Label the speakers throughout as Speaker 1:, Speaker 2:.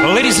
Speaker 1: Ladies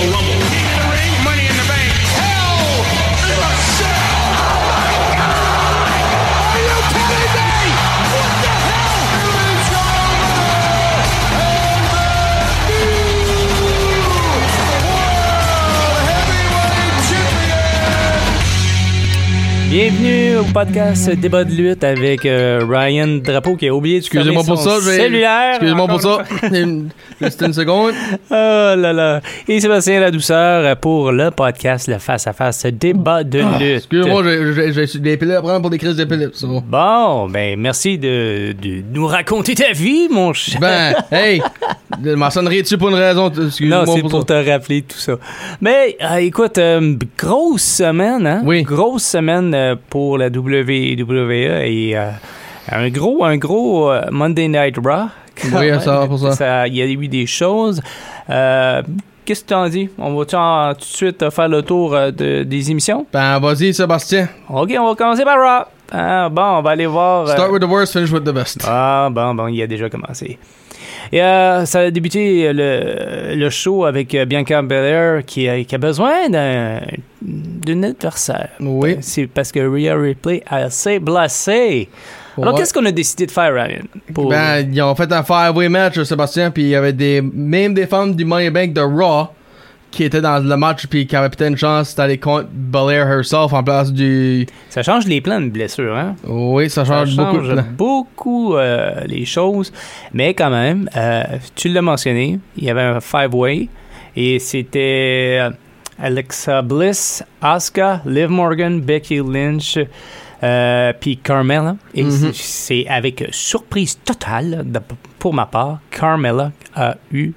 Speaker 2: Rumble.
Speaker 3: Money in the bank.
Speaker 4: Bienvenue au podcast Débat de lutte avec euh, Ryan Drapeau qui a oublié de fermer
Speaker 5: Excusez-moi pour
Speaker 4: son
Speaker 5: ça, j'ai.
Speaker 4: cellulaire.
Speaker 5: Excusez-moi pour
Speaker 4: Encore
Speaker 5: ça. Une- Juste une seconde.
Speaker 4: Oh là là. Et Sébastien La Douceur pour le podcast Le Face à Face Débat de
Speaker 5: Ah,
Speaker 4: lutte.
Speaker 5: Excusez-moi, j'ai- j'ai j'ai- j'ai des pilules à prendre pour des crises d'épilepsie. ça va.
Speaker 4: Bon, ben merci de, de nous raconter ta vie, mon cher.
Speaker 5: Ben, hey, de- ma sonnerie dessus pour une raison. t-
Speaker 4: non,
Speaker 5: Excusez-moi
Speaker 4: c'est
Speaker 5: pour,
Speaker 4: pour
Speaker 5: ça.
Speaker 4: te rappeler tout ça. Mais euh, écoute, euh, grosse semaine, hein?
Speaker 5: Oui.
Speaker 4: Grosse semaine euh, pour la WWE et euh, un gros, un gros euh, Monday Night Raw. quand
Speaker 5: Oui,
Speaker 4: même.
Speaker 5: ça va pour ça.
Speaker 4: Il y a eu des choses. Euh, Qu'est-ce que t'en dis? On va-tu en- tout de suite euh, faire le tour euh, de- des émissions?
Speaker 5: Ben, vas-y, Sébastien.
Speaker 4: OK, on va commencer par Raw. Ah, bon, on va aller voir... euh,
Speaker 5: Start with the worst, finish with the best.
Speaker 4: ah, bon, bon, il a déjà commencé. Et euh, ça a débuté euh, le, le show avec euh, Bianca Belair qui, a- qui a besoin d'un d'une adversaire.
Speaker 5: Oui.
Speaker 4: C'est parce que Rhea Ripley a s'est blessée. Alors,
Speaker 5: Ouais.
Speaker 4: qu'est-ce qu'on a décidé de faire, Ryan? pour-
Speaker 5: Ben, ils ont fait un five-way match, euh, Sébastien, puis il y avait des, même des femmes du Money Bank de Raw qui étaient dans le match, puis qui avaient peut-être une chance d'aller contre Belair herself en place du.
Speaker 4: Ça change les plans de blessure, hein?
Speaker 5: Oui, ça
Speaker 4: Ça
Speaker 5: change, beaucoup de plans.
Speaker 4: beaucoup, euh, les choses. Mais quand même, euh, tu l'as mentionné, il y avait un five-way et c'était euh, Alexa Bliss, Asuka, Liv Morgan, Becky Lynch. euh, puis Carmella, et
Speaker 5: Mhm.
Speaker 4: c'est- c'est avec surprise totale de- pour ma part, Carmella a eu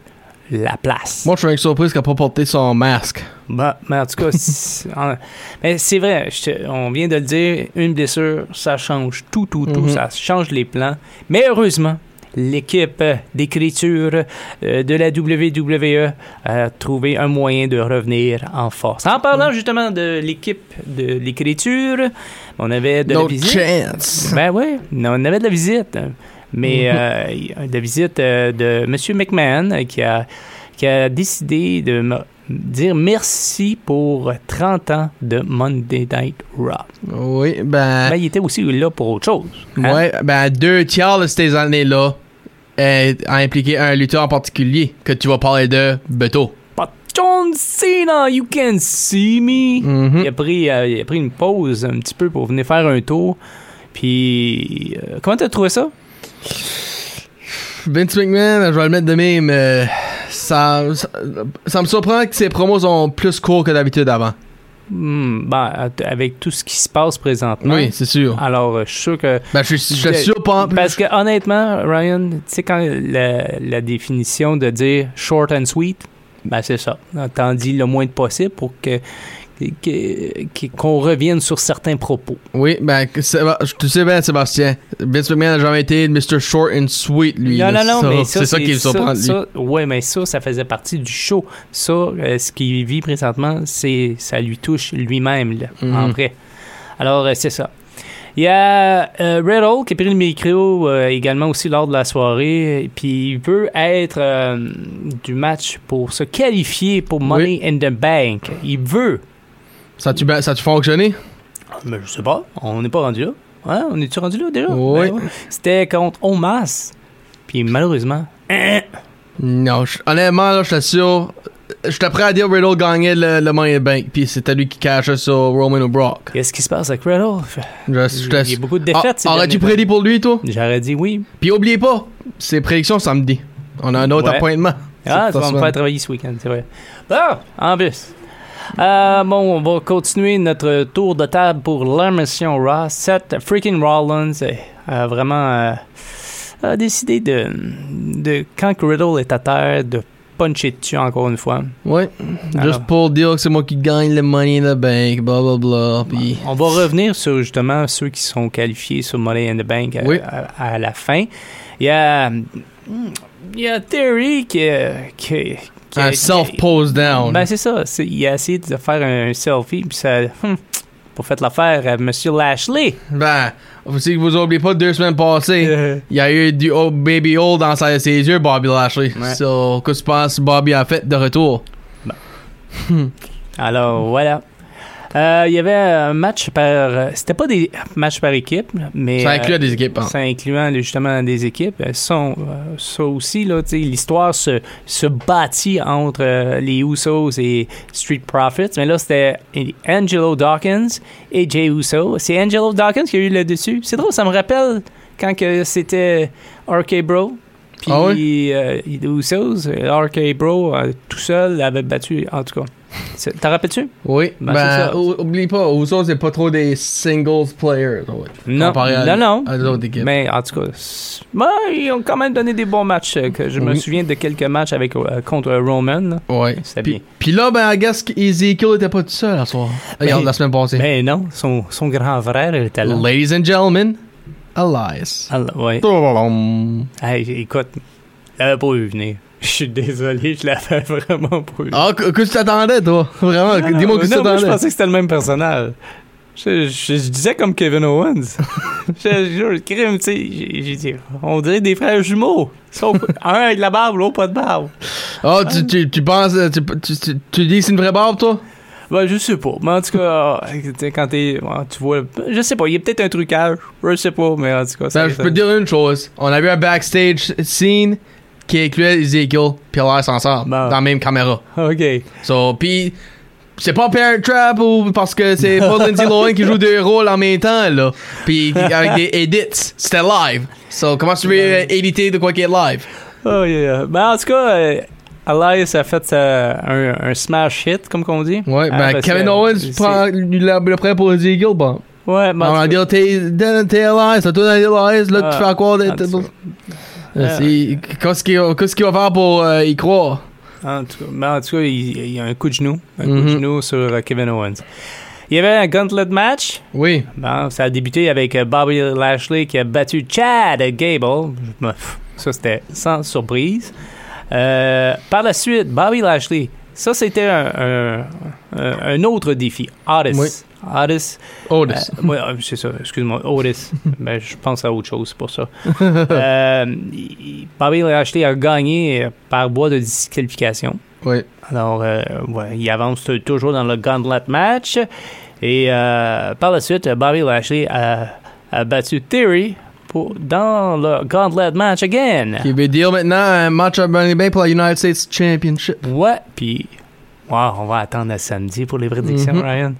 Speaker 4: la place.
Speaker 5: Moi, je suis surprise qu'elle n'a pas porté son masque.
Speaker 4: Bah, mais en tout cas, c'est- en- mais c'est vrai, je te- on vient de le dire, une blessure, ça change tout, tout, tout,
Speaker 5: Mhm.
Speaker 4: ça change les plans. Mais heureusement, l'équipe euh, d'écriture euh, de la WWE a trouvé un moyen de revenir en force. En parlant justement de l'équipe de l'écriture, on avait de la
Speaker 5: No
Speaker 4: visite.
Speaker 5: chance.
Speaker 4: Ben oui, on avait de la visite. Mais
Speaker 5: Mhm.
Speaker 4: euh, y- de la visite euh, de M. McMahon euh, qui a, qui a décidé de me dire merci pour 30 ans de Monday Night Raw.
Speaker 5: Oui, ben.
Speaker 4: Mais il était aussi là pour autre chose. hein?
Speaker 5: Ouais, ben deux tiers de ces années-là euh, a impliqué un lutteur en particulier que tu vas parler de Beto.
Speaker 4: Pas John Cena, you can see me.
Speaker 5: Mhm.
Speaker 4: il, a pris, euh, il a pris une pause un petit peu pour venir faire un tour. Puis, euh, comment t'as trouvé ça?
Speaker 5: Vince McMahon, je vais le mettre de même, euh, ça, ça, ça me surprend que ses promos sont plus courts que d'habitude avant.
Speaker 4: Hmm, ben, avec tout ce qui se passe présentement.
Speaker 5: Oui, c'est sûr.
Speaker 4: Alors, euh, je suis sûr que
Speaker 5: Ben, je suis je suis sûr pas.
Speaker 4: Parce que honnêtement, Ryan, tu sais, quand la, la définition de dire short and sweet, ben c'est ça. T'en dis le moins de possible pour que que- que- qu'on revienne sur certains propos.
Speaker 5: Oui, ben, que c'est- je- tu sais bien, Sébastien, Vince McMahon n'a jamais été le Mr. Short and Sweet, lui.
Speaker 4: non,
Speaker 5: là,
Speaker 4: non, non,
Speaker 5: ça,
Speaker 4: mais ça,
Speaker 5: C'est ça qui me surprend, lui.
Speaker 4: ça- ouais, mais ça, ça faisait partie du show. Ça, euh, ce qu'il vit présentement, c'est ça lui touche lui-même, là,
Speaker 5: Mhm.
Speaker 4: en vrai. Alors, euh, c'est ça. Il y a euh, Red Hole qui a pris le micro euh, également aussi lors de la soirée. Puis il veut être euh, du match pour se qualifier pour Money in the Bank. Il veut.
Speaker 5: Ça a-tu ben- ça a-tu fonctionné?
Speaker 4: Ah, Mais je sais pas, on n'est pas rendu là. Hein? On est-tu rendu là déjà?
Speaker 5: Oui.
Speaker 4: Ben ouais. C'était contre Omas. Puis malheureusement,
Speaker 5: Non, je- honnêtement, là, je t'assure, je t'apprends à dire Riddle gagnait le, le Money in the Bank, puis c'était lui qui cachait sur Roman ou Brock.
Speaker 4: Qu'est-ce qui se passe avec Red Hole?
Speaker 5: Je, je
Speaker 4: Il y a
Speaker 5: t'assure.
Speaker 4: beaucoup de
Speaker 5: Ah,
Speaker 4: défaites. ces
Speaker 5: Aurais-tu
Speaker 4: derniers
Speaker 5: prédit pour lui, toi?
Speaker 4: temps. J'aurais dit oui.
Speaker 5: Puis oublie pas, ses prédictions samedi. On a un autre
Speaker 4: Ouais.
Speaker 5: appointement.
Speaker 4: Ah, tu
Speaker 5: Cette
Speaker 4: vas me
Speaker 5: semaine.
Speaker 4: faire travailler ce week-end, c'est vrai. Bon, en plus. Euh, bon, on va continuer notre tour de table pour l'émission Raw. Seth freaking Rollins euh, a vraiment euh, a décidé de, de, quand que Riddle est à terre, de puncher dessus encore une fois.
Speaker 5: Ouais,
Speaker 4: Alors.
Speaker 5: juste pour dire que c'est moi qui gagne le Money in the Bank, bla bla bla. Puis.
Speaker 4: On va revenir sur justement ceux qui sont qualifiés sur Money in the Bank à,
Speaker 5: Oui.
Speaker 4: à- à la fin. Il y a, il y a Terry qui, qui, qui a-
Speaker 5: Un self-pose down.
Speaker 4: Ben, c'est ça. C'est- il a essayé de faire un, un selfie, puis ça. hum, pour faire l'affaire à Monsieur Lashley.
Speaker 5: Ben, vous savez que vous oubliez pas, deux semaines passées,
Speaker 4: Euh.
Speaker 5: il y a eu du old baby old dans sa- ses yeux, Bobby Lashley.
Speaker 4: Ouais.
Speaker 5: So, qu'est-ce que tu penses Bobby a fait de retour?
Speaker 4: Alors, voilà. Euh, Il y avait un match par. euh, C'était pas des matchs par équipe, mais.
Speaker 5: ça
Speaker 4: euh,
Speaker 5: inclut des équipes. hein.
Speaker 4: ça incluant les- justement des équipes. Elles sont, euh, ça aussi, là, tu sais, l'histoire se, se bâtit entre euh, les Usos et Street Profits. Mais là, c'était Angelo Dawkins et Jay Uso. C'est Angelo Dawkins qui a eu le dessus. C'est drôle, ça me rappelle quand que c'était RK Bro. Puis
Speaker 5: Ah
Speaker 4: euh, les Usos, RK Bro, euh, tout seul, avait battu, en tout cas. C'est- T'en rappelles-tu?
Speaker 5: Oui.
Speaker 4: Ben,
Speaker 5: Ben,
Speaker 4: c'est ça.
Speaker 5: ou- oublie pas, Usos c'est pas trop des singles players. ouais,
Speaker 4: Non,
Speaker 5: comparé à-
Speaker 4: non, non.
Speaker 5: à d'autres équipes.
Speaker 4: Oh. Mais en tout cas, c'est- ben, ils ont quand même donné des bons matchs. euh, Que je me
Speaker 5: Oui.
Speaker 4: souviens de quelques matchs avec, euh, contre Roman. là.
Speaker 5: Ouais.
Speaker 4: C'était
Speaker 5: Puis,
Speaker 4: bien.
Speaker 5: puis là, ben, I guess qu'Ezekiel était pas tout seul la soir. Regarde, la semaine passée.
Speaker 4: Mais ben non, son, son grand frère était là.
Speaker 5: Ladies and gentlemen, Elias.
Speaker 4: Alors, ouais.
Speaker 5: Tadadam.
Speaker 4: Hey, écoute, je l'avais pas vu venir. Je suis désolé, je l'avais vraiment pas vu.
Speaker 5: Ah, que que tu t'attendais, toi? Vraiment, que-
Speaker 4: Non,
Speaker 5: dis-moi
Speaker 4: non,
Speaker 5: que tu
Speaker 4: non, moi, je
Speaker 5: t'attendais.
Speaker 4: pensais que c'était le même personnage. Je, je- je disais comme Kevin Owens. je te jure, crime, tu sais. j'ai- j'ai dit, On dirait des frères jumeaux. Sauf un avec la barbe, l'autre pas de barbe.
Speaker 5: Ah, tu, tu, tu penses, euh, tu, tu, tu, tu dis que c'est une vraie barbe, toi?
Speaker 4: Ben, je sais pas. Mais en tout cas, tu sais, quand t'es. ouais, Tu vois. Je sais pas. Il y a peut-être un trucage. Je sais pas. Mais en tout cas,
Speaker 5: Ben, je peux te dire une chose. On a vu un backstage scene qui incluait Ezekiel puis Elias ensemble
Speaker 4: Bon.
Speaker 5: dans la même caméra.
Speaker 4: Ok.
Speaker 5: So, puis c'est pas Parent Trap ou parce que c'est pas Lindsay Lohan qui joue deux rôles en même temps, là. Puis avec des edits. C'était live. So, comment tu veux euh, éditer de quoi qui est live?
Speaker 4: Oh, yeah. Ben, en tout cas, euh, Elias a fait euh, un, un smash hit, comme qu'on dit.
Speaker 5: Ouais,
Speaker 4: Ah,
Speaker 5: ben
Speaker 4: parce
Speaker 5: Kevin
Speaker 4: que
Speaker 5: Owens
Speaker 4: c'est-
Speaker 5: prend le prêt pour Ezekiel, bon.
Speaker 4: Ouais, mais
Speaker 5: On
Speaker 4: en tout
Speaker 5: va
Speaker 4: cas-
Speaker 5: dire, t'es t'es- t'es Elias, t'as tout dans Elias, là, tu
Speaker 4: Ah,
Speaker 5: fais encore des.
Speaker 4: en tout cas. Ah,
Speaker 5: Euh, c'est- Qu'est-ce qu'il qu'est-ce qu'il va faire pour euh, y croire?
Speaker 4: En tout cas, mais en tout cas, il, il y a un coup de genou. Un coup de
Speaker 5: Mhm.
Speaker 4: genou sur euh, Kevin Owens. Il y avait un gauntlet match.
Speaker 5: Oui.
Speaker 4: Bon, ça a débuté avec euh, Bobby Lashley qui a battu Chad Gable. Je me- pff, Ça, c'était sans surprise. Euh, par la suite, Bobby Lashley. Ça, c'était un, un- un- un autre défi. Otis.
Speaker 5: Oui.
Speaker 4: Otis.
Speaker 5: Otis.
Speaker 4: Euh, ouais, euh, c'est ça, excuse-moi. Otis. Ben, je pense à autre chose c'est pour ça. Euh, il- il- Bobby Lashley a gagné euh, par bois de disqualification.
Speaker 5: oui.
Speaker 4: Alors, euh, ouais, il avance t- toujours dans le gauntlet match. Et euh, par la suite, Bobby Lashley a, a battu Theory pour, dans le gauntlet match again.
Speaker 5: Qui veut dire maintenant un match à Money Bank pour la United States Championship.
Speaker 4: Ouais, puis wow, on va attendre à samedi pour les prédictions,
Speaker 5: Mhm.
Speaker 4: Ryan.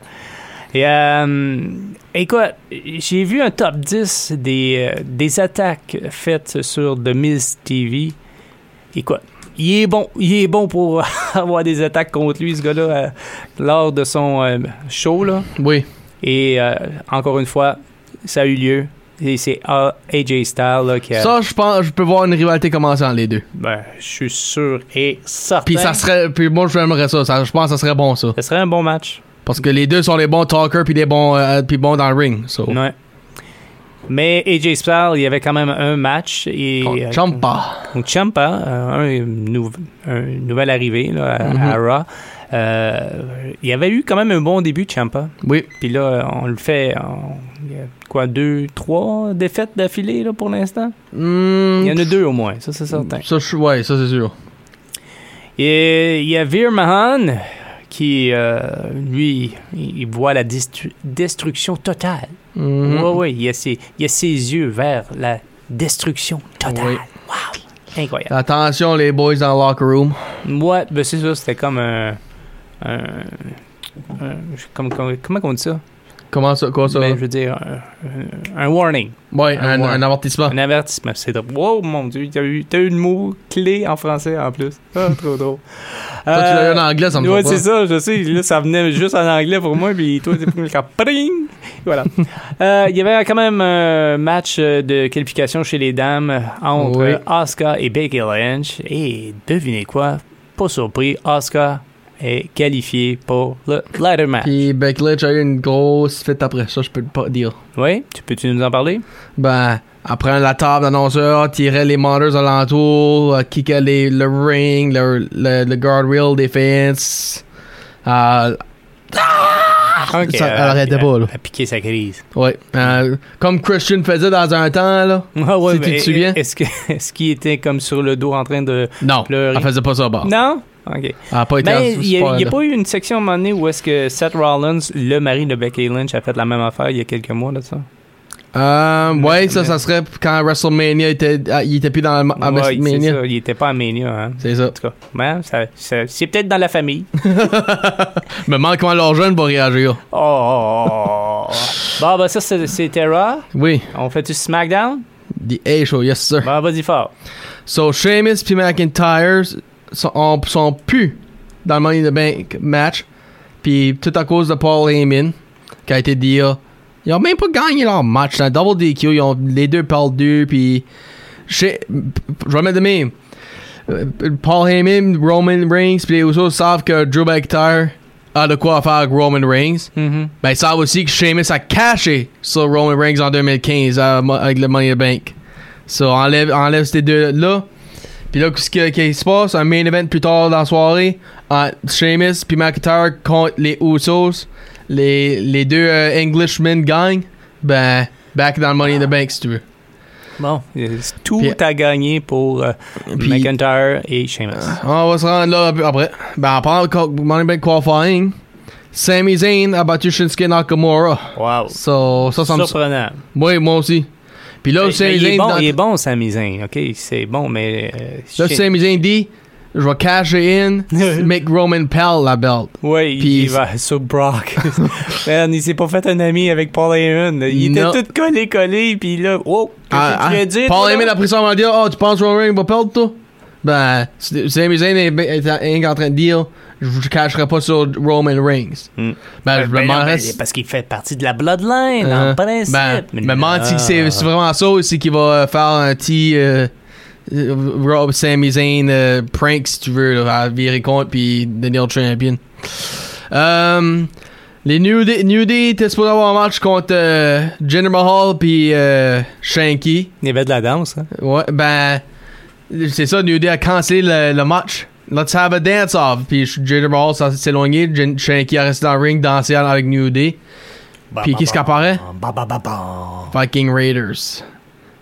Speaker 4: Et euh, écoute, j'ai vu un top 10 des, euh, des attaques faites sur The Miz TV. Écoute, il est bon, il est bon pour avoir des attaques contre lui, ce gars-là, euh, lors de son euh, show. Là.
Speaker 5: Oui.
Speaker 4: Et euh, encore une fois, ça a eu lieu. Et c'est euh, AJ Styles là, qui a.
Speaker 5: Ça, je pense, je peux voir une rivalité commencer entre les deux.
Speaker 4: Ben, je suis sûr et certain.
Speaker 5: Puis ça serait, puis moi, j'aimerais ça. ça. Je pense que ça serait bon ça,
Speaker 4: ça serait un bon match.
Speaker 5: parce que les deux sont les bons talkers puis des bons, euh, puis bons dans le ring. So.
Speaker 4: Ouais. Mais AJ Styles, il y avait quand même un match. Et,
Speaker 5: Contre
Speaker 4: euh,
Speaker 5: Ciampa.
Speaker 4: contre Ciampa, euh, un, nou- un nouvel arrivé là, à,
Speaker 5: Mhm.
Speaker 4: à Raw. Euh, il y avait eu quand même un bon début, Ciampa.
Speaker 5: Oui.
Speaker 4: Puis là, on le fait. on- il y a quoi, deux, trois défaites d'affilée là, pour l'instant
Speaker 5: Mm.
Speaker 4: Il y en a deux au moins, ça c'est certain.
Speaker 5: Hmm. Ça, je- ouais, ça c'est sûr.
Speaker 4: Et il y a Veer Mahan qui, euh, lui, il il voit la destru- destruction totale.
Speaker 5: Mhm.
Speaker 4: Oui, oui, il y a ses, il y a ses yeux vers la destruction totale.
Speaker 5: Oui.
Speaker 4: Wow! Incroyable.
Speaker 5: Attention les boys dans le locker room.
Speaker 4: Ouais, ben c'est ça, c'était comme un. un- un- comme- comme- comment on dit ça?
Speaker 5: Comment ça, quoi ça?
Speaker 4: Ben, je Ah, veux dire, un, un- un warning,
Speaker 5: ouais,
Speaker 4: un
Speaker 5: un,
Speaker 4: warning.
Speaker 5: un avertissement.
Speaker 4: un avertissement. C'est drôle. Wow, mon Dieu, t'as eu, t'as eu le mot clé en français en plus. Ah, trop drôle.
Speaker 5: Toi, tu l'as
Speaker 4: Euh,
Speaker 5: eu en anglais, ça me
Speaker 4: ouais,
Speaker 5: surprend.
Speaker 4: c'est ça, je sais. Là, ça venait juste en anglais pour moi, puis toi, t'es pris quand pring! Voilà. Euh, Il y avait quand même un match euh, de qualification chez les dames entre
Speaker 5: Oui.
Speaker 4: Oscar et Becky Lynch. Et devinez quoi? Pas surpris, Oscar est qualifiée pour le ladder match.
Speaker 5: Puis Becky Lynch a eu une grosse fête après ça, je peux pas dire.
Speaker 4: Oui, tu peux-tu nous en parler?
Speaker 5: Ben, après la table d'annonceur, tirait les monitors alentour, euh, kickait les, le ring, le, le, le guardrail des fences. Euh,
Speaker 4: Ok,
Speaker 5: Ah, ça- elle
Speaker 4: euh,
Speaker 5: arrêtait
Speaker 4: elle-
Speaker 5: pas, là.
Speaker 4: Elle piquait sa crise.
Speaker 5: ouais. euh, comme Christian faisait dans un temps, là.
Speaker 4: Ah ouais,
Speaker 5: Si tu te
Speaker 4: mais
Speaker 5: souviens.
Speaker 4: Est-ce que- est-ce qu'il était comme sur le dos en train de.
Speaker 5: Non,
Speaker 4: Pleurer.
Speaker 5: elle faisait pas ça, bah.
Speaker 4: Non? Ok.
Speaker 5: Elle a pas été
Speaker 4: Ben,
Speaker 5: en-
Speaker 4: il n'y a,
Speaker 5: pas-
Speaker 4: il y a pas eu une section à un moment donné où est-ce que Seth Rollins, le mari de Becky Lynch, a fait la même affaire il y a quelques mois de ça?
Speaker 5: Euh, ouais, ça,
Speaker 4: Mais-
Speaker 5: ça serait quand WrestleMania était, ah, il était plus dans le, à
Speaker 4: Ouais, c'est
Speaker 5: WrestleMania.
Speaker 4: ça, il était pas à Mania, hein.
Speaker 5: C'est ça.
Speaker 4: En tout cas, ben, ça- ça- c'est peut-être dans la famille.
Speaker 5: Me manque comment leur jeune va réagir.
Speaker 4: Oh! bon, ben ça, c'est c'est Terra.
Speaker 5: Oui,
Speaker 4: On fait du SmackDown?
Speaker 5: The A Show, yes sir.
Speaker 4: Bon, vas-y fort.
Speaker 5: So, Sheamus puis McIntyre sont, ont- sont plus dans le Money in the Bank match. Puis tout à cause de Paul Heyman, qui a été dire ils ont même pas gagné leur match. Dans Double DQ, ils ont les deux perdu. Puis Shea- je vais mettre de même. Euh, Paul Heyman, Roman Reigns, puis les Usos savent que Drew McIntyre a de quoi faire avec Roman Reigns. Ben, ils savent aussi que Sheamus a caché sur Roman Reigns en 2015 à euh, Mo- avec le Money in the Bank. So, enlève, enlève ces deux-là. Puis là, qu'est-ce qui, qui se passe? Un main event plus tard dans la soirée entre Sheamus puis McIntyre contre les Usos. Les, les deux euh, Englishmen gagnent. Ben, back dans le Money in the Bank, si tu veux.
Speaker 4: Bon, euh, tout
Speaker 5: Puis-
Speaker 4: a gagné pour euh,
Speaker 5: Puis- Ah.
Speaker 4: McIntyre et Sheamus.
Speaker 5: On va se rendre là ap- après. Ben, on parle de Money in the Bank qualifying. Sami Zayn a battu Shinsuke Nakamura.
Speaker 4: Wow.
Speaker 5: So, ça, ça me...
Speaker 4: Surprenant.
Speaker 5: Oui, moi aussi. Puis là,
Speaker 4: Mais- mais
Speaker 5: Sami
Speaker 4: il, est
Speaker 5: Zayn...
Speaker 4: bon,
Speaker 5: dans-
Speaker 4: il est bon, Sami Zayn, OK? C'est bon, mais... euh,
Speaker 5: Là,
Speaker 4: Shin-
Speaker 5: Sami Zayn dit, je vais casher in, make Roman Pell la belt.
Speaker 4: Oui, il-
Speaker 5: Puis-
Speaker 4: il va sur Brock. Man, il s'est pas fait un ami avec Paul Heyman. Il
Speaker 5: Non.
Speaker 4: était tout collé, collé, puis là, oh, qu'est-ce que tu
Speaker 5: Ah, ah,
Speaker 4: viens de dire?
Speaker 5: Paul
Speaker 4: toi,
Speaker 5: Heyman
Speaker 4: là?
Speaker 5: après ça m'a dit Oh, tu penses Roman Reigns va perdre, toi Ben, c'est- Sami Zayn est, est, est en train de dire Je vous cacherai pas sur Roman Reigns.
Speaker 4: Hmm.
Speaker 5: Ben,
Speaker 4: Ben
Speaker 5: je me
Speaker 4: non,
Speaker 5: demanderais
Speaker 4: ben,
Speaker 5: si-
Speaker 4: Parce qu'il fait partie de la bloodline,
Speaker 5: hein,
Speaker 4: en principe.
Speaker 5: Ben,
Speaker 4: Mais
Speaker 5: me demande si
Speaker 4: non.
Speaker 5: c'est c'est vraiment ça ou si qu'il va faire un petit euh, euh, Rob Sami Zayn euh, prank, si tu veux, là, à virer contre, puis Daniel Champion. Um, les New Day, New Day étaient supposés avoir un match contre euh, Jinder Mahal puis euh, Shanky.
Speaker 4: Il y avait de la danse, hein?
Speaker 5: Ouais, ben, c'est ça, New Day a cancellé le, le match. Let's have a dance off. Puis Jinder Mahal s'en- s'est éloigné. Jin- Shanky a resté dans le ring, dansé avec New Day. Puis qu'est-ce qui apparaît?
Speaker 4: Bah, bah, bah, bah.
Speaker 5: Viking Raiders.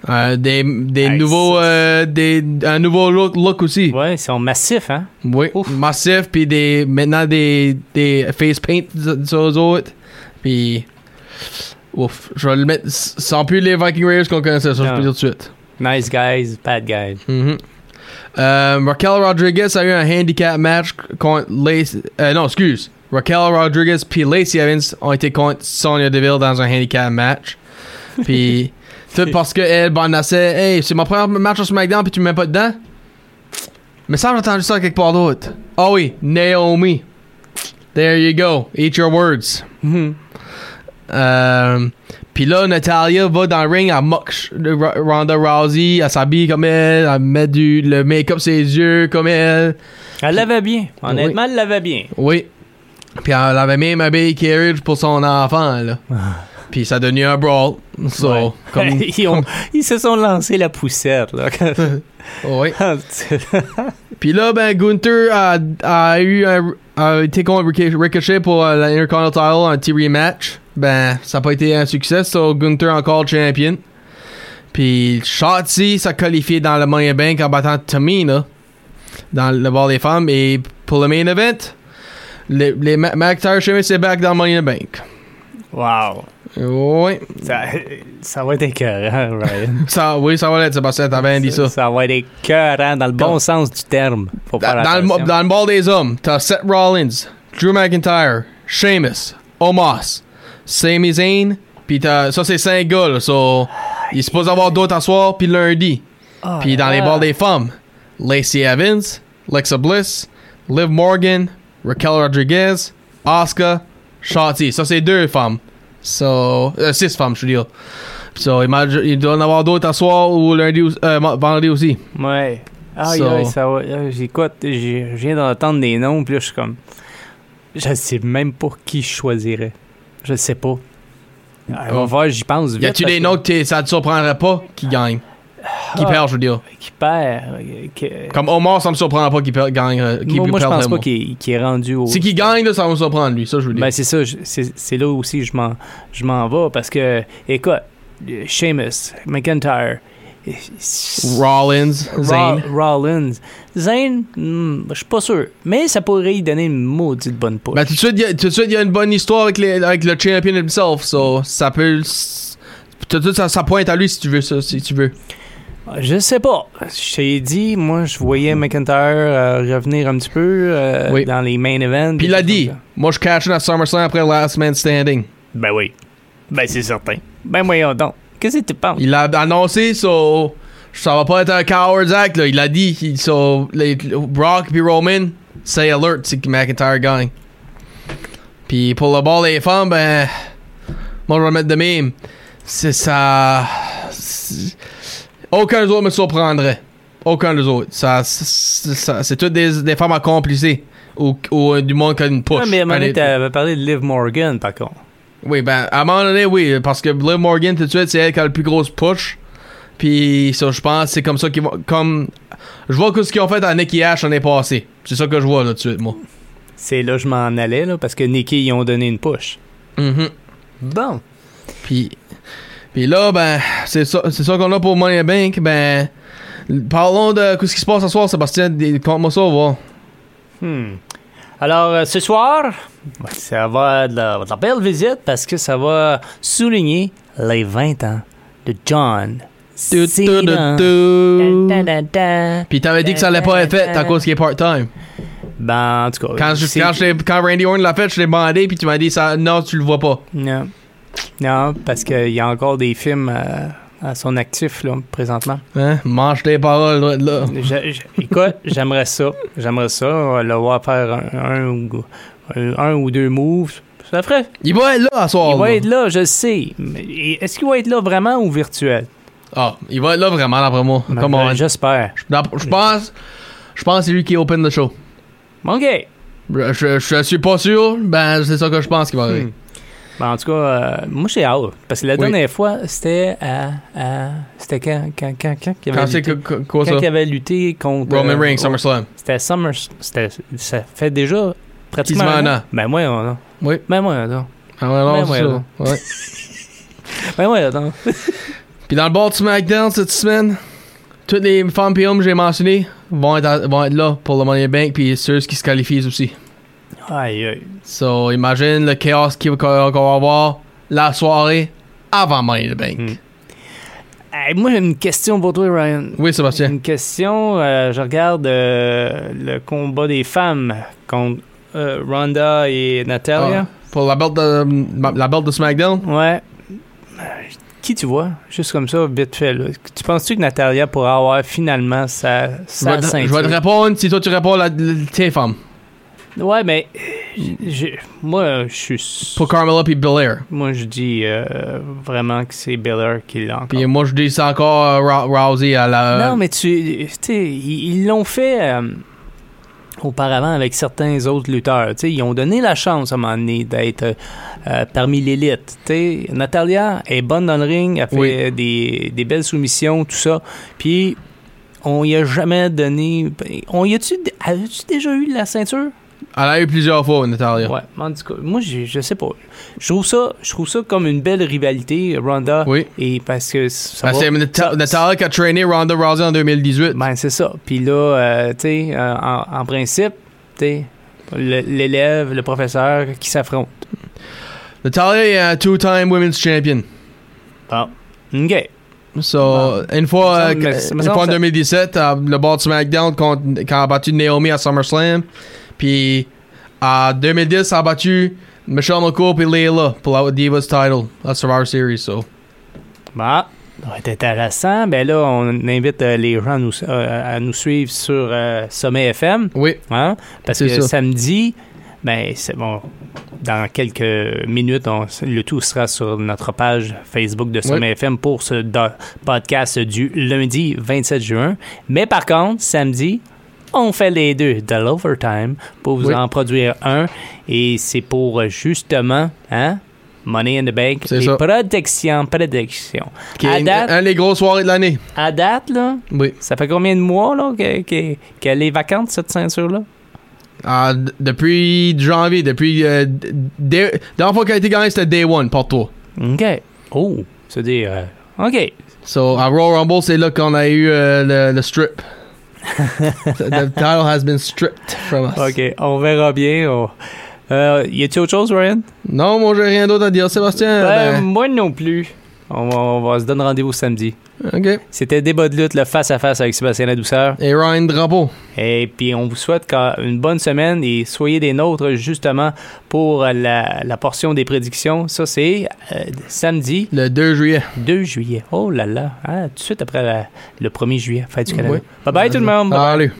Speaker 5: Euh, des des
Speaker 4: Hey,
Speaker 5: nouveaux.
Speaker 4: ça,
Speaker 5: euh, des, un nouveau look, look aussi.
Speaker 4: Ouais, ils sont massifs, hein?
Speaker 5: Oui.
Speaker 4: Ouf.
Speaker 5: Massif, puis des, maintenant des, des face paint sur- sur eux autres. Puis. Ouf. Je vais le mettre. Sans plus les Viking Raiders qu'on connaissait, ça, je
Speaker 4: Non.
Speaker 5: peux dire tout de suite.
Speaker 4: Nice guys, bad guys.
Speaker 5: Mhm. Euh, Raquel Rodriguez a eu un handicap match contre Lacey. euh, non, excuse. Raquel Rodriguez puis Lacey Evans ont été contre Sonia Deville dans un handicap match. Puis, tout parce qu'elle bandassait Hey, c'est mon premier match au SmackDown, puis tu me mets pas dedans. Mais ça, j'ai entendu ça quelque part d'autre. Ah oui, Naomi. There you go. Eat your words. Euh, Puis là, Natalia va dans le ring, elle moque Sh- de Ro- Ronda Rousey, elle s'habille comme elle, elle met du, le make-up sur les yeux comme elle.
Speaker 4: Elle l'avait bien. Honnêtement, elle l'avait bien.
Speaker 5: Oui. Puis elle avait même habillé Carriage pour son enfant, là. Puis ça a devenu un brawl. So,
Speaker 4: Ouais.
Speaker 5: comme.
Speaker 4: ils, ont- ils se sont lancés la poussette, là.
Speaker 5: oui. Puis là, ben, Gunther a, a eu un, a été contre Rico- Ricochet pour euh, l'Intercontinental, un petit rematch. Ben, ça n'a pas été un succès, so Gunther encore champion. Puis Shotzi s'est qualifié dans le Money in the Bank en battant Tamina dans le bord des femmes. Et pour le main event, les, les Ma- McIntyre Sheamus est back dans le Money in the Bank.
Speaker 4: wow.
Speaker 5: Oui,
Speaker 4: Ça, ça va être écœurant, Ryan.
Speaker 5: ça, oui, ça va l'être, Sébastien, t'avais dit Ben, ça.
Speaker 4: va être écœurant dans le bon
Speaker 5: Comme-
Speaker 4: sens du terme. Faut faire
Speaker 5: Dans, dans le, mo-
Speaker 4: attention.
Speaker 5: dans le ball des hommes, t'as um, Seth Rollins, Drew McIntyre, Sheamus, Omos, Sami Zayn, puis t'as- ça c'est 5 gars, là, so, il se supposé avoir d'autres à soir, puis lundi.
Speaker 4: Ah,
Speaker 5: Puis dans les
Speaker 4: là.
Speaker 5: balles des femmes, Lacey Evans, Lexa Bliss, Liv Morgan, Raquel Rodriguez, Asuka, Shotzi. Ça c'est deux femmes. So, euh, six femmes, je veux dire. uh, So, il, m'a- il doit en avoir d'autres à soir ou lundi, ou- euh, vendredi aussi.
Speaker 4: Ouais. Ah,
Speaker 5: So-
Speaker 4: yeah, ça va. euh, J'écoute, j'ai- je viens d'entendre des noms, puis là, je suis comme. Je sais même pas qui je choisirais. Je sais pas. Ah, Il va
Speaker 5: Oh.
Speaker 4: falloir que j'y pense vite.
Speaker 5: Y a-tu
Speaker 4: parce
Speaker 5: des
Speaker 4: que-
Speaker 5: noms que t'es- ça te surprendrait pas qui gagnent Qui
Speaker 4: Ah.
Speaker 5: perdent, je veux dire.
Speaker 4: Qui perd. euh, qui-
Speaker 5: Comme Omar, ça me surprendra pas qu'il per- gagne. euh, qu'il
Speaker 4: moi, moi, je
Speaker 5: perde
Speaker 4: pense pas
Speaker 5: Raymond.
Speaker 4: qu'il qu'il est rendu au.
Speaker 5: Si qu'il gagne, là, ça va me surprendre, lui. Ça, je veux dire.
Speaker 4: Ben, c'est ça, je- c'est c'est là aussi je m'en je m'en vais parce que, écoute, euh, Sheamus, McIntyre, euh,
Speaker 5: Rollins,
Speaker 4: Ra-
Speaker 5: Zayn.
Speaker 4: Rollins. Zane, hmm, je suis pas sûr, mais ça pourrait y donner une maudite bonne push.
Speaker 5: Ben, tout de suite, il y a- tout de suite, il y a une bonne histoire avec, les- avec le champion himself. So, ça peut. Tout de suite, ça, ça pointe à lui si tu veux ça, si tu veux.
Speaker 4: Je sais pas. Je t'ai dit, moi, je voyais McIntyre euh, revenir un petit peu euh,
Speaker 5: Oui.
Speaker 4: dans les main events.
Speaker 5: Puis
Speaker 4: des
Speaker 5: il l'a
Speaker 4: choses
Speaker 5: dit.
Speaker 4: comme ça.
Speaker 5: Moi, je cache à SummerSlam après Last Man Standing.
Speaker 4: Ben oui. Ben c'est certain. Ben voyons donc. Qu'est-ce que tu penses?
Speaker 5: Il l'a annoncé, so. Ça va pas être un coward's act, là. Il l'a dit. Il- So, les- Brock puis Roman, say alert si McIntyre gagne. Puis pour le ball des femmes, ben. Moi, je vais le mettre de même. C'est ça. c'est- Aucun des autres me surprendrait. Aucun des autres. Ça, c'est- ça- c'est toutes des, des femmes accomplissées. Ou, ou, euh, du monde qui a une push.
Speaker 4: Ah, mais à un moment donné,
Speaker 5: Allez.
Speaker 4: t'avais parlé de Liv Morgan, par contre.
Speaker 5: Oui, ben, à un moment donné, oui, parce que Liv Morgan, tout de suite, c'est elle qui a le plus grosse push. Puis, ça, je pense, que c'est comme ça qu'ils vont. Comme. Je vois que ce qu'ils ont fait à Nicky Ash l'année passée. C'est ça que je vois, là, tout de suite, moi.
Speaker 4: C'est là que je m'en allais, là, parce que Nikki, ils ont donné une push.
Speaker 5: Mhm.
Speaker 4: Bon.
Speaker 5: Puis, puis là, ben, c'est ça, c'est ça qu'on a pour Money in the Bank. Ben, parlons de ce qui se passe ce soir, Sébastien. Des- Conte-moi ça, voir.
Speaker 4: Hmm. Alors, euh, ce soir, ça va être de la, de la belle visite parce que ça va souligner les 20 ans de John
Speaker 5: Tu, tu, tu,
Speaker 4: Cena.
Speaker 5: tu.
Speaker 4: Dun, dun, dun.
Speaker 5: Puis t'avais dit que ça allait pas être fait à cause qu'il est part-time.
Speaker 4: Ben, en tout cas.
Speaker 5: Quand, je,
Speaker 4: c'est-
Speaker 5: quand, je l'ai- quand Randy Orton l'a fait, je l'ai demandé, puis tu m'as dit, ça, non, tu le vois pas.
Speaker 4: Non. Non, parce qu'il y a encore des films euh, à son actif, là, présentement.
Speaker 5: Hein? Mange tes paroles, là. là.
Speaker 4: Je- je- écoute, j'aimerais ça. J'aimerais ça. euh, Le voir faire un, un ou- un- un ou deux moves. Ça ferait.
Speaker 5: Il va être là à soir.
Speaker 4: Il va
Speaker 5: là.
Speaker 4: être là, je le sais. Mais Est-ce qu'il va être là vraiment ou virtuel?
Speaker 5: Ah, il va être là vraiment, d'après moi. Come on.
Speaker 4: Ben, J'espère.
Speaker 5: D'ap- Je pense. Je pense que c'est lui qui open the show.
Speaker 4: OK.
Speaker 5: Je, je- je suis pas sûr, ben c'est ça que je pense qu'il va arriver.
Speaker 4: Ben, en tout cas, euh, moi, j'ai hâte. Parce que la
Speaker 5: Oui.
Speaker 4: dernière fois, c'était à. à- c'était quand? Quand, quand, quand, qu'il avait
Speaker 5: Quand c'est
Speaker 4: lutté-
Speaker 5: que- que- quoi
Speaker 4: quand
Speaker 5: ça?
Speaker 4: il avait lutté contre.
Speaker 5: Roman
Speaker 4: euh,
Speaker 5: Reigns, SummerSlam.
Speaker 4: C'était Summer. c'était- ça fait déjà pratiquement.
Speaker 5: Quasiment un an.
Speaker 4: Ben, moi, on a.
Speaker 5: Oui.
Speaker 4: Ben, moi, non.
Speaker 5: Ah ouais, non,
Speaker 4: Ben
Speaker 5: c'est
Speaker 4: ouais,
Speaker 5: ça.
Speaker 4: non.
Speaker 5: Ouais.
Speaker 4: Ben, moi, non.
Speaker 5: Puis dans le bord de SmackDown cette semaine, toutes les femmes et hommes que j'ai mentionnés vont être, à- vont être là pour le Money in the Bank, puis ceux qui se qualifient aussi.
Speaker 4: Aïe, aïe.
Speaker 5: So, imagine le chaos qu'il va- qu'on va avoir la soirée avant Money in the Bank.
Speaker 4: Mm. Hey, moi, j'ai une question pour toi, Ryan.
Speaker 5: Oui, Sébastien.
Speaker 4: Une question, euh, je regarde euh, le combat des femmes contre euh, Ronda et Natalia.
Speaker 5: Ah, pour la belt de, la belt de SmackDown,
Speaker 4: Ouais. Qui tu vois? Juste comme ça, vite fait. là. Tu penses-tu que Natalia pourra avoir finalement sa,
Speaker 5: Je vais,
Speaker 4: sa
Speaker 5: te,
Speaker 4: ceinture?
Speaker 5: je vais te répondre si toi tu réponds à tes femmes.
Speaker 4: Ouais, mais j'ai- moi, je suis... s-
Speaker 5: Pour Carmela puis Belair.
Speaker 4: Moi, je dis euh, vraiment que c'est Belair qui l'a encore.
Speaker 5: Puis moi je dis c'est encore euh, Rou- Rousey à la.
Speaker 4: Ah. Non, mais tu tu sais, ils ils l'ont fait euh, auparavant avec certains autres lutteurs. Tu sais, ils ont donné la chance à un moment donné d'être euh, euh, parmi l'élite. Tu sais, Natalia est bonne dans le ring, elle fait
Speaker 5: Oui.
Speaker 4: euh, des, des belles soumissions, tout ça. Puis, on y a jamais donné. On y a-tu, as-tu déjà eu la ceinture?
Speaker 5: Elle a eu plusieurs fois, Natalia.
Speaker 4: Ouais, mais en tout cas, moi, je, je sais pas. Je trouve ça, je trouve ça comme une belle rivalité, Ronda.
Speaker 5: Oui.
Speaker 4: Et parce que ça
Speaker 5: Ben,
Speaker 4: va-
Speaker 5: c'est Nata-
Speaker 4: ça-
Speaker 5: Natalia qui a traîné Ronda Rousey en 2018.
Speaker 4: Ben, c'est ça. Puis là, euh, tu sais, euh, en, en principe, tu sais, le- l'élève, le professeur qui s'affrontent.
Speaker 5: Natalia est un two-time women's champion.
Speaker 4: Bon. OK.
Speaker 5: So, une fois,
Speaker 4: Ça me
Speaker 5: euh,
Speaker 4: semble- ça me
Speaker 5: une
Speaker 4: semble
Speaker 5: fois en
Speaker 4: ça-
Speaker 5: 2017, à le bord de SmackDown contre, quand elle a battu Naomi à SummerSlam. Puis en 2010, elle a battu Michelle McCool et Layla pour la Divas title à Survivor Series. So.
Speaker 4: Bon. Bah, Ça va être intéressant. Ben là, on invite euh, les gens à nous, euh, à nous suivre sur euh, Sommet FM.
Speaker 5: Oui.
Speaker 4: Hein? Parce
Speaker 5: C'est
Speaker 4: que
Speaker 5: ça.
Speaker 4: samedi, ben, c'est bon. dans quelques minutes, on- le tout sera sur notre page Facebook de Sommet FM pour ce do- podcast du lundi 27 juin. Mais par contre, samedi, on fait les deux de l'overtime pour vous
Speaker 5: Oui.
Speaker 4: en produire un. Et c'est pour euh, justement, hein, Money in the Bank
Speaker 5: C'est
Speaker 4: et
Speaker 5: ça.
Speaker 4: protection, protection.
Speaker 5: Qui
Speaker 4: à,
Speaker 5: est une,
Speaker 4: date,
Speaker 5: une des grosses soirées de l'année.
Speaker 4: à date, là,
Speaker 5: Oui.
Speaker 4: ça fait combien de mois là, que- que- qu'elle est vacante, cette ceinture-là?
Speaker 5: Ah, d- depuis janvier, depuis. euh, d- dès- la dernière fois qu'elle a été gagnée, c'était Day One pour toi.
Speaker 4: OK. Oh, c'est-à-dire... euh, OK.
Speaker 5: So, à Royal Rumble, c'est là qu'on a eu euh, le, le strip. The title has been stripped from us.
Speaker 4: OK, on verra bien. on- Euh, y a-t-il autre chose, Ryan?
Speaker 5: Non, moi, j'ai rien d'autre à dire. Sébastien,
Speaker 4: Ben, moi non plus. On va, on va se donner rendez-vous samedi.
Speaker 5: ben, OK.
Speaker 4: C'était débat de lutte, le face-à-face avec Sébastien La Douceur.
Speaker 5: Et Ryan Drapeau.
Speaker 4: Et puis, on vous souhaite qu'à- une bonne semaine et soyez des nôtres, justement, pour la, la portion des prédictions. Ça, c'est euh, samedi
Speaker 5: Le 2 juillet.
Speaker 4: 2 Ah, juillet. Oh là là, hein, tout de suite après la- le 1er juillet, fête du Canada.
Speaker 5: Oui.
Speaker 4: Bye bye tout le monde.
Speaker 5: Salut.